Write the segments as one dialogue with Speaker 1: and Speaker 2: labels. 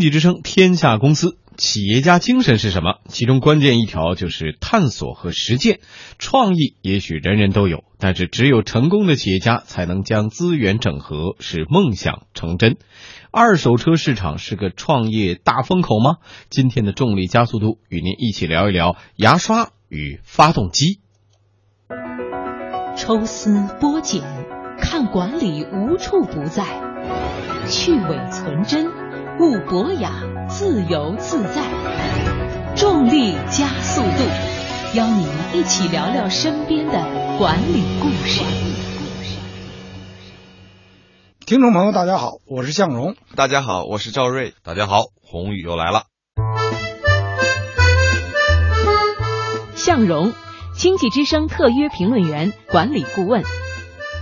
Speaker 1: 经济之声天下公司，企业家精神是什么？其中关键一条就是探索和实践。创意也许人人都有，但是只有成功的企业家才能将资源整合，使梦想成真。二手车市场是个创业大风口吗？今天的重力加速度，与您一起聊一聊牙刷与发动机。
Speaker 2: 抽丝剥茧，看管理无处不在，去伪存真，悟博雅，自由自在。重力加速度，邀您一起聊聊身边的管理故事。
Speaker 3: 听众朋友，大家好，我是向荣。
Speaker 4: 大家好，我是赵瑞。
Speaker 5: 大家好，宏宇又来了。
Speaker 2: 向荣，经济之声特约评论员、管理顾问。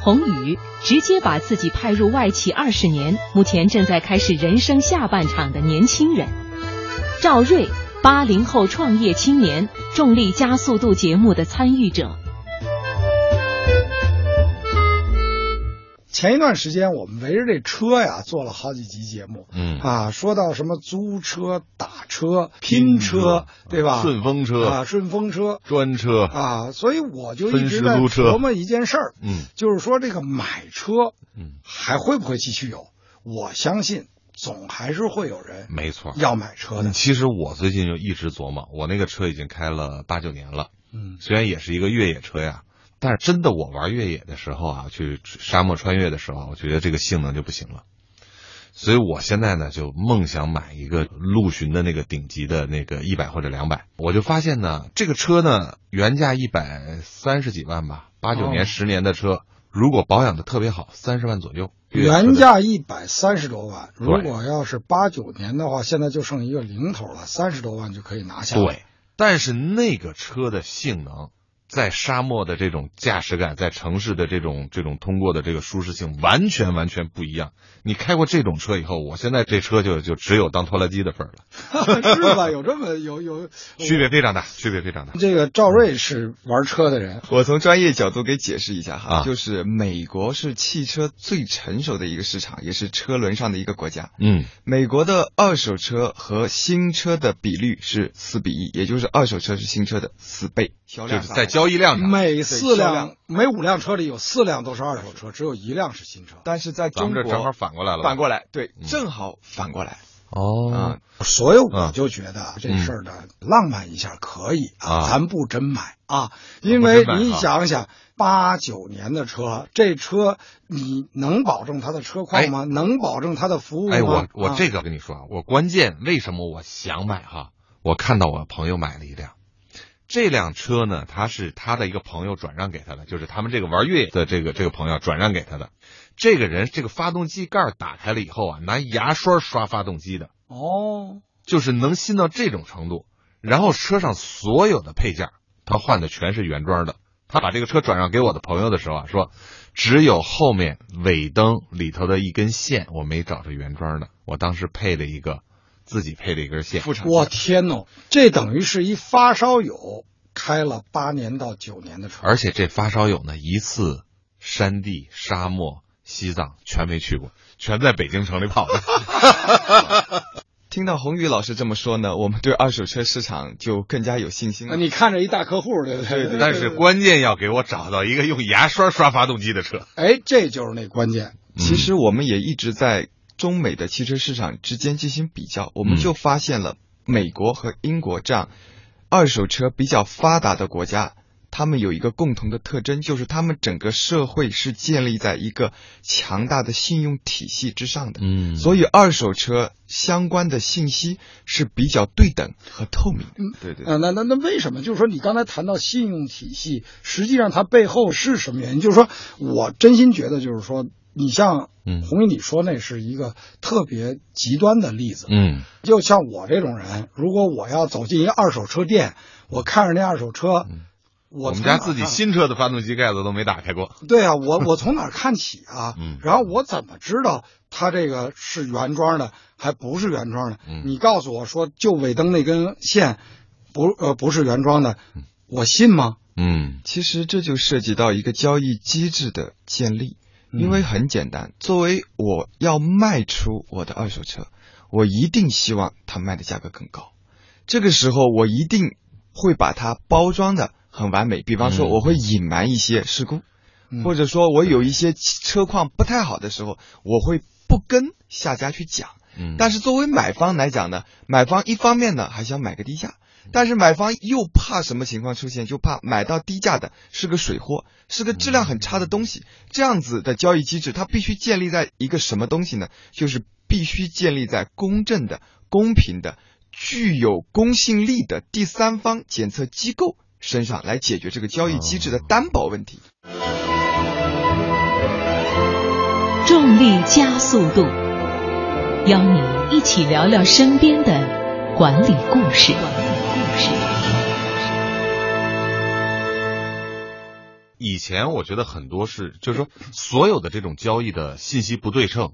Speaker 2: 宏宇直接把自己派入外企二十年，目前正在开始人生下半场的年轻人。赵瑞，八零后创业青年，重力加速度节目的参与者。
Speaker 3: 前一段时间，我们围着这车呀做了好几集节目
Speaker 5: 嗯，
Speaker 3: 啊，说到什么租车、打车、拼车，对吧？
Speaker 5: 顺风
Speaker 3: 啊，
Speaker 5: 车、
Speaker 3: 顺风车
Speaker 5: 专车，
Speaker 3: 啊，所以我就一
Speaker 5: 分
Speaker 3: 直
Speaker 5: 时
Speaker 3: 在
Speaker 5: 租车
Speaker 3: 琢磨一件事儿，
Speaker 5: 嗯，
Speaker 3: 就是说这个买车，
Speaker 5: 嗯，
Speaker 3: 还会不会继续有？我相信总还是会有人
Speaker 5: 没错。
Speaker 3: 要买车的。
Speaker 5: 其实我最近就一直琢磨，我那个车已经开了八九年了，
Speaker 3: 嗯
Speaker 5: 虽然也是一个越野车呀，但是真的我玩越野的时候啊，去沙漠穿越的时候，我觉得这个性能就不行了。所以我现在呢，就梦想买一个陆巡的那个顶级的那个一百或者两百。我就发现呢，这个车呢，原价一百三十几万吧，八九
Speaker 3: 哦
Speaker 5: 年、十年的车，如果保养的特别好，三十万左右。越野车的
Speaker 3: 原价一百三十多万，如
Speaker 5: 对
Speaker 3: 果要是八九年的话，现在就剩一个零头了，三十多万就可以拿下来。
Speaker 5: 对，但是那个车的性能，在沙漠的这种驾驶感，在城市的这种这种通过的这个舒适性，完全完全不一样。你开过这种车以后，我现在这车就就只有当拖拉机的份儿 了，
Speaker 3: 是吧？有这么有有
Speaker 5: 区别非常大，区别非常大。
Speaker 3: 这个赵瑞是玩车的人，
Speaker 4: 我从专业角度给解释一下哈，
Speaker 5: 啊
Speaker 4: 就是美国是汽车最成熟的一个市场，也是车轮上的一个国家。
Speaker 5: 嗯，
Speaker 4: 美国的二手车和新车的比率是四比一，也就是二手车是新车的四倍。销
Speaker 5: 就
Speaker 4: 量
Speaker 5: 是
Speaker 4: 上
Speaker 5: 在交易量上，
Speaker 3: 每四
Speaker 4: 销
Speaker 3: 辆
Speaker 4: 量
Speaker 3: 每五辆车里有四辆都是二手车，只有一辆是新车。
Speaker 4: 但是在
Speaker 5: 咱
Speaker 4: 中
Speaker 5: 们
Speaker 4: 国
Speaker 5: 这正好反过来了吧，
Speaker 4: 反过来，对，
Speaker 5: 嗯
Speaker 4: 正好反过来
Speaker 5: 哦
Speaker 4: 啊，
Speaker 3: 所以我
Speaker 5: 啊
Speaker 3: 就觉得这事儿呢，浪漫一下可以啊，
Speaker 5: 啊
Speaker 3: 咱不真买啊，
Speaker 5: 真
Speaker 3: 因为
Speaker 5: 买
Speaker 3: 你
Speaker 5: 啊
Speaker 3: 想想，八九年的车，这车你能保证它的车况吗？能保证它的服务吗？
Speaker 5: 哎，我我
Speaker 3: 啊
Speaker 5: 这个跟你说啊，我关键为什么我想买哈？我看到我朋友买了一辆，这辆车呢，他是他的一个朋友转让给他的，就是他们这个玩越野的这个这个朋友转让给他的。这个人这个发动机盖儿打开了以后啊，拿牙刷刷发动机的，
Speaker 3: 哦，
Speaker 5: 就是能新到这种程度。然后车上所有的配件儿，他换的全是原装的。他把这个车转让给我的朋友的时候啊，说只有后面尾灯里头的一根线我没找着原装的，我当时配了一个自己配了一根线。
Speaker 4: 副厂
Speaker 3: 我天呐，这等于是一发烧友开了八年到九年的车，
Speaker 5: 而且这发烧友呢，一次山地、沙漠、西藏全没去过，全在北京城里跑 的。
Speaker 4: 听到宏宇老师这么说呢，我们对二手车市场就更加有信心
Speaker 3: 那
Speaker 4: 了。
Speaker 3: 呃你看着一大客户，对不对？
Speaker 5: 但是关键要给我找到一个用牙刷刷发动机的车。
Speaker 3: 哎，这就是那关键。
Speaker 4: 其实我们也一直在中美的汽车市场之间进行比较，我们就发现了美国和英国这样二手车比较发达的国家，他们有一个共同的特征，就是他们整个社会是建立在一个强大的信用体系之上的。
Speaker 5: 嗯
Speaker 4: 所以二手车相关的信息是比较对等和透明的。对对对
Speaker 3: 啊，那那那为什么？就是说，你刚才谈到信用体系，实际上它背后是什么原因？就是说我真心觉得，就是说，你像
Speaker 5: 嗯
Speaker 3: 红宇你说那是一个特别极端的例子。
Speaker 5: 嗯
Speaker 3: 就像我这种人，如果我要走进一个二手车店，我看着那二手车，我
Speaker 5: 嗯我们
Speaker 3: 从
Speaker 5: 家
Speaker 3: 哪
Speaker 5: 自己
Speaker 3: 看
Speaker 5: 新车的发动机盖子都没打开过。
Speaker 3: 对啊，我我从哪儿看起啊？
Speaker 5: 嗯
Speaker 3: 然后我怎么知道它这个是原装的还不是原装的？
Speaker 5: 嗯
Speaker 3: 你告诉我说，就尾灯那根线不呃不是原装的，我信吗？
Speaker 5: 嗯
Speaker 4: 其实这就涉及到一个交易机制的
Speaker 5: 嗯
Speaker 4: 建立，因为很简单，作为我要卖出我的二手车，我一定希望它卖的价格更高。这个时候，我一定会把它包装的很完美，比方说
Speaker 5: 嗯
Speaker 4: 我会隐瞒一些事故，
Speaker 3: 嗯
Speaker 4: 或者说我有一些车况不太好的时候，我会不跟下家去讲。
Speaker 5: 嗯，
Speaker 4: 但是作为买方来讲呢，买方一方面呢还想买个低价，但是买方又怕什么情况出现？就怕买到低价的是个水货，是个质量很差的东西。这样子的交易机制，它必须建立在一个什么东西呢？就是必须建立在公正的、公平的、具有公信力的第三方检测机构身上来解决这个交易机制的担保问题。
Speaker 2: 重力加速度，邀你一起聊聊身边的管理故事。管理故事。
Speaker 5: 以前我觉得很多是，就是说所有的这种交易的信息不对称、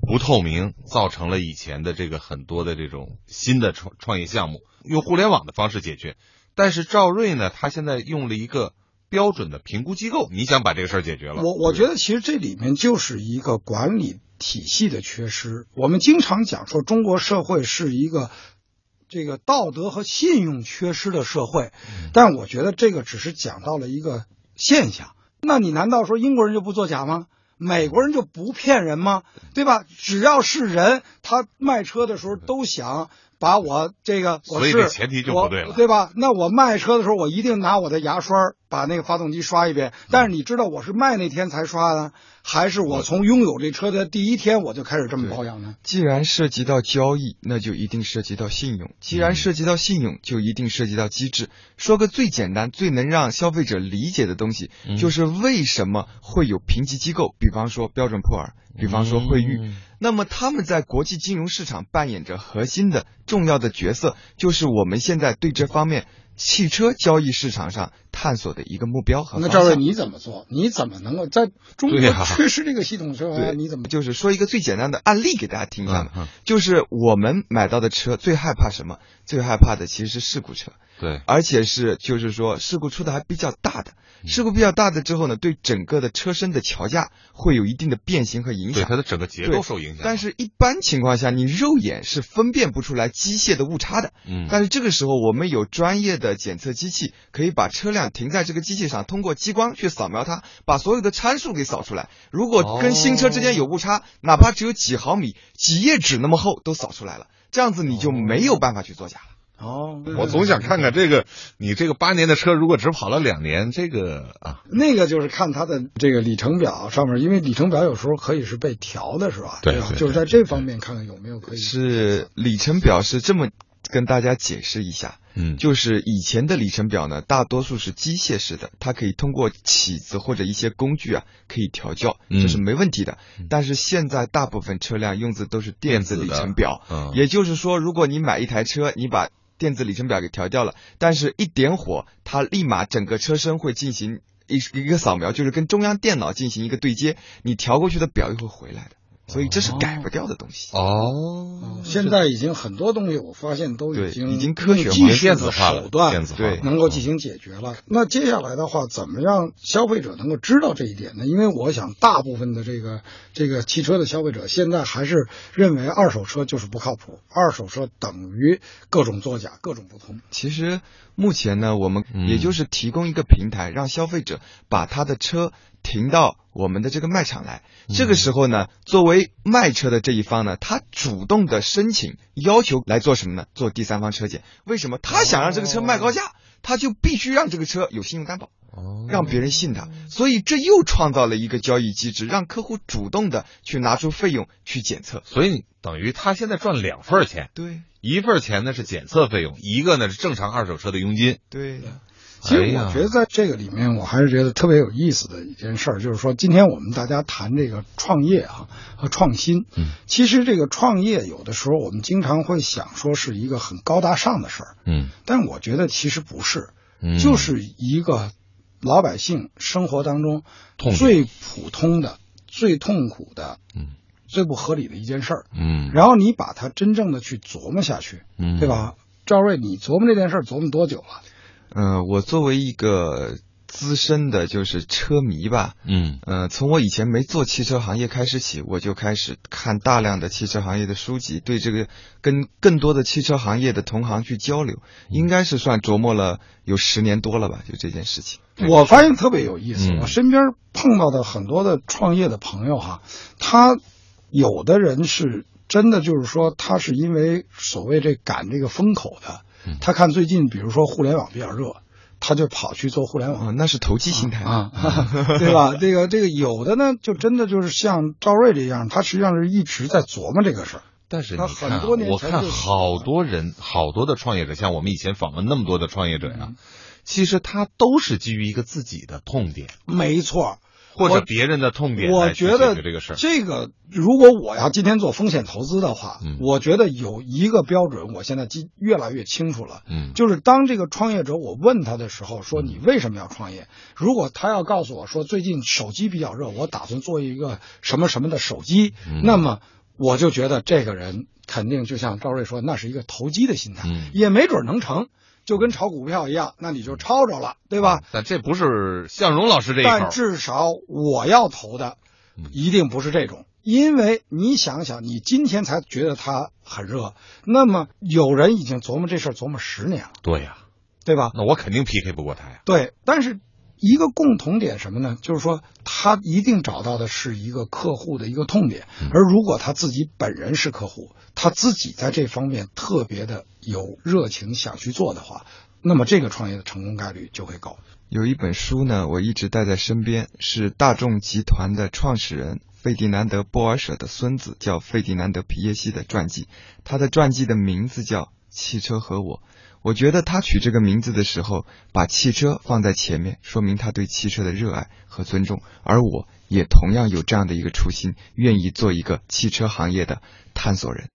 Speaker 5: 不透明，造成了以前的这个很多的这种新的创创业项目用互联网的方式解决。但是赵瑞呢，他现在用了一个标准的评估机构，你想把这个事儿解决了？
Speaker 3: 我我觉得其实这里面就是一个管理体系的缺失。我们经常讲说中国社会是一个这个道德和信用缺失的社会，
Speaker 5: 嗯
Speaker 3: 但我觉得这个只是讲到了一个现象。那你难道说英国人就不作假吗？美国人就不骗人吗？对吧？只要是人，他卖车的时候都想把我这个我
Speaker 5: 所以
Speaker 3: 是
Speaker 5: 这前提就不对了
Speaker 3: 我对吧？那我卖车的时候，我一定拿我的牙刷把那个发动机刷一
Speaker 5: 嗯
Speaker 3: 遍。但是你知道我是卖那天才刷呢，还是我从拥有这车的第一天我就开始这么保养呢？
Speaker 4: 既然涉及到交易，那就一定涉及到信用；
Speaker 3: 嗯
Speaker 4: 既然涉及到信用，就一定涉及到机制。说个最简单、最能让消费者理解的东西，
Speaker 5: 嗯
Speaker 4: 就是为什么会有评级机构，比方说标准普尔，比方说惠誉。
Speaker 5: 嗯
Speaker 4: 那么他们在国际金融市场扮演着核心的重要的角色，就是我们现在对这方面汽车交易市场上探索的一个目标和
Speaker 3: 那
Speaker 4: 方
Speaker 3: 赵
Speaker 4: 向。
Speaker 3: 瑞你怎么做？你怎么能够在中国
Speaker 5: 对呀
Speaker 3: 缺失这个系统之后，
Speaker 4: 对
Speaker 3: 你怎么
Speaker 4: 就是说一个最简单的案例给大家听一下
Speaker 5: 嗯
Speaker 4: 吧。
Speaker 5: 嗯，
Speaker 4: 就是我们买到的车最害怕什么？最害怕的其实是事故车，
Speaker 5: 对，
Speaker 4: 而且是就是说事故出的还比较大的。
Speaker 5: 嗯
Speaker 4: 事故比较大的之后呢，对整个的车身的桥架会有一定的变形和影
Speaker 5: 对
Speaker 4: 响
Speaker 5: 它。的整个结
Speaker 4: 对
Speaker 5: 构受影响。
Speaker 4: 但是，一般情况下，你肉眼是分辨不出来机械的误差的。
Speaker 5: 嗯，
Speaker 4: 但是这个时候，我们有专业的检测机器，可以把车辆停在这个机器上，通过激光去扫描它，把所有的参数给扫出来。如果跟新车之间有误差，哪怕只有几毫米、几页纸那么厚，都扫出来了。这样子你就没有办法去作假了。
Speaker 3: 哦？
Speaker 5: 我总想看看这个，你这个八年的车，如果只跑了两年，这个啊，
Speaker 3: 那个就是看它的这个里程表上面，因为里程表有时候可以是被调的，是吧？
Speaker 5: 对
Speaker 3: 吧？
Speaker 5: 对
Speaker 3: 就是在这方面看看有没有可以
Speaker 4: 是里程表是这么跟大家解释一下，
Speaker 5: 嗯
Speaker 4: 就是以前的里程表呢，大多数是机械式的，它可以通过起子或者一些工具啊，可以调教，
Speaker 5: 嗯
Speaker 4: 这是没问题的。但是现在大部分车辆用的都是电子里程表，
Speaker 5: 嗯
Speaker 4: 也就是说，如果你买一台车，你把电子里程表给调掉了，但是一点火，它立马整个车身会进行一一个扫描，就是跟中央电脑进行一个对接，你调过去的表又会回来的，所以这是改不掉的东西。
Speaker 5: 哦，
Speaker 3: 现在已经很多东西，我发现都
Speaker 4: 对
Speaker 3: 经
Speaker 4: 已
Speaker 3: 已
Speaker 4: 经科学化
Speaker 3: 技
Speaker 4: 了
Speaker 3: 术
Speaker 5: 电子化了
Speaker 3: 手段
Speaker 5: 电子化了
Speaker 4: 对
Speaker 3: 能够进行解决了。那接下来的话，怎么让消费者能够知道这一点呢？因为我想，大部分的这个这个汽车的消费者现在还是认为二手车就是不靠谱，二手车等于各种作假、各种不通。
Speaker 4: 其实目前呢，我们
Speaker 5: 嗯
Speaker 4: 也就是提供一个平台，让消费者把他的车停到我们的这个卖场来。这个时候呢，作为卖车的这一方呢，他主动的申请要求来做什么呢？做第三方车检。为什么？他想让这个车卖高价，他就必须让这个车有信用担保。让别人信他，所以这又创造了一个交易机制，让客户主动的去拿出费用去检测。
Speaker 5: 所以等于他现在赚两份儿钱，
Speaker 4: 对
Speaker 5: 一份儿钱呢是检测费用，一个呢是正常二手车的佣金。
Speaker 4: 对，
Speaker 3: 其
Speaker 5: 哎
Speaker 3: 实
Speaker 5: 呀
Speaker 3: 我觉得在这个里面，我还是觉得特别有意思的一件事儿，就是说，今天我们大家谈这个创业啊和创新，
Speaker 5: 嗯，
Speaker 3: 其实这个创业有的时候我们经常会想说是一个很高大上的事儿，
Speaker 5: 嗯，
Speaker 3: 但我觉得其实不是，
Speaker 5: 嗯
Speaker 3: 就是一个老百姓生活当中
Speaker 5: 痛点
Speaker 3: 最普通的、最痛苦的、
Speaker 5: 嗯、
Speaker 3: 最不合理的一件事儿，
Speaker 5: 嗯
Speaker 3: 然后你把它真正的去琢磨下去，
Speaker 5: 嗯
Speaker 4: 呃
Speaker 3: 对吧？赵瑞，你琢磨这件事儿琢磨多久了？
Speaker 4: 嗯，我作为一个资深的就是车迷吧，
Speaker 5: 嗯
Speaker 4: 呃，从我以前没做汽车行业开始起，我就开始看大量的汽车行业的书籍，对这个跟更多的汽车行业的同行去交流，应该是算琢磨了有十年多了吧，就这件事情。
Speaker 3: 我发现特别有意思，
Speaker 5: 嗯
Speaker 3: 我身边碰到的很多的创业的朋友哈，他有的人是真的就是说他是因为所谓这赶这个风口的，他看最近比如说互联网比较热，他就跑去做互联网
Speaker 4: 啊、那是投机心态
Speaker 3: 啊， 对吧？这个这个有的呢，就真的就是像赵瑞这样，他实际上是一直在琢磨这个事儿。
Speaker 5: 但是
Speaker 3: 他
Speaker 5: 你看
Speaker 3: 很
Speaker 5: 啊，
Speaker 3: 多年
Speaker 5: 我
Speaker 3: 前
Speaker 5: 看
Speaker 3: 就
Speaker 5: 好多人，好多的创业者，像我们以前访问那么多的创业者呀、其实他都是基于一个自己的痛点
Speaker 3: 没错，
Speaker 5: 或者
Speaker 3: 我
Speaker 5: 别人的痛点
Speaker 3: 我
Speaker 5: 来去
Speaker 3: 觉
Speaker 5: 解
Speaker 3: 得
Speaker 5: 决这个事儿。
Speaker 3: 这个如果我要今天做风险投资的话，
Speaker 5: 嗯
Speaker 3: 我觉得有一个标准，我现在记越来越清楚了。
Speaker 5: 嗯
Speaker 3: 就是当这个创业者我问他的时候，说你为什么要创
Speaker 5: 嗯
Speaker 3: 业？如果他要告诉我说最近手机比较热，我打算做一个什么什么的手机，
Speaker 5: 嗯
Speaker 3: 那么我就觉得这个人肯定就像赵瑞说，那是一个投机的心态，
Speaker 5: 嗯
Speaker 3: 也没准能成，就跟炒股票一样，那你就抄着了，对吧？
Speaker 5: 嗯但这不是向荣老师这一口嗯
Speaker 3: 但，至少我要投的一定不是这种，因为你想想，你今天才觉得它很热，那么有人已经琢磨这事儿琢磨十年了，
Speaker 5: 对呀、
Speaker 3: 对吧？
Speaker 5: 那我肯定 PK 不过他呀。
Speaker 3: 对，但是一个共同点什么呢？就是说他一定找到的是一个客户的一个痛点，
Speaker 5: 嗯
Speaker 3: 而如果他自己本人是客户，他自己在这方面特别的有热情想去做的话，那么这个创业的成功概率就会高。
Speaker 4: 有一本书呢，我一直带在身边，是大众集团的创始人费迪南德·波尔舍的孙子，叫费迪南德·皮耶西的传记。他的传记的名字叫《汽车和我》。我觉得他取这个名字的时候，把汽车放在前面，说明他对汽车的热爱和尊重。而我也同样有这样的一个初心，愿意做一个汽车行业的探索人。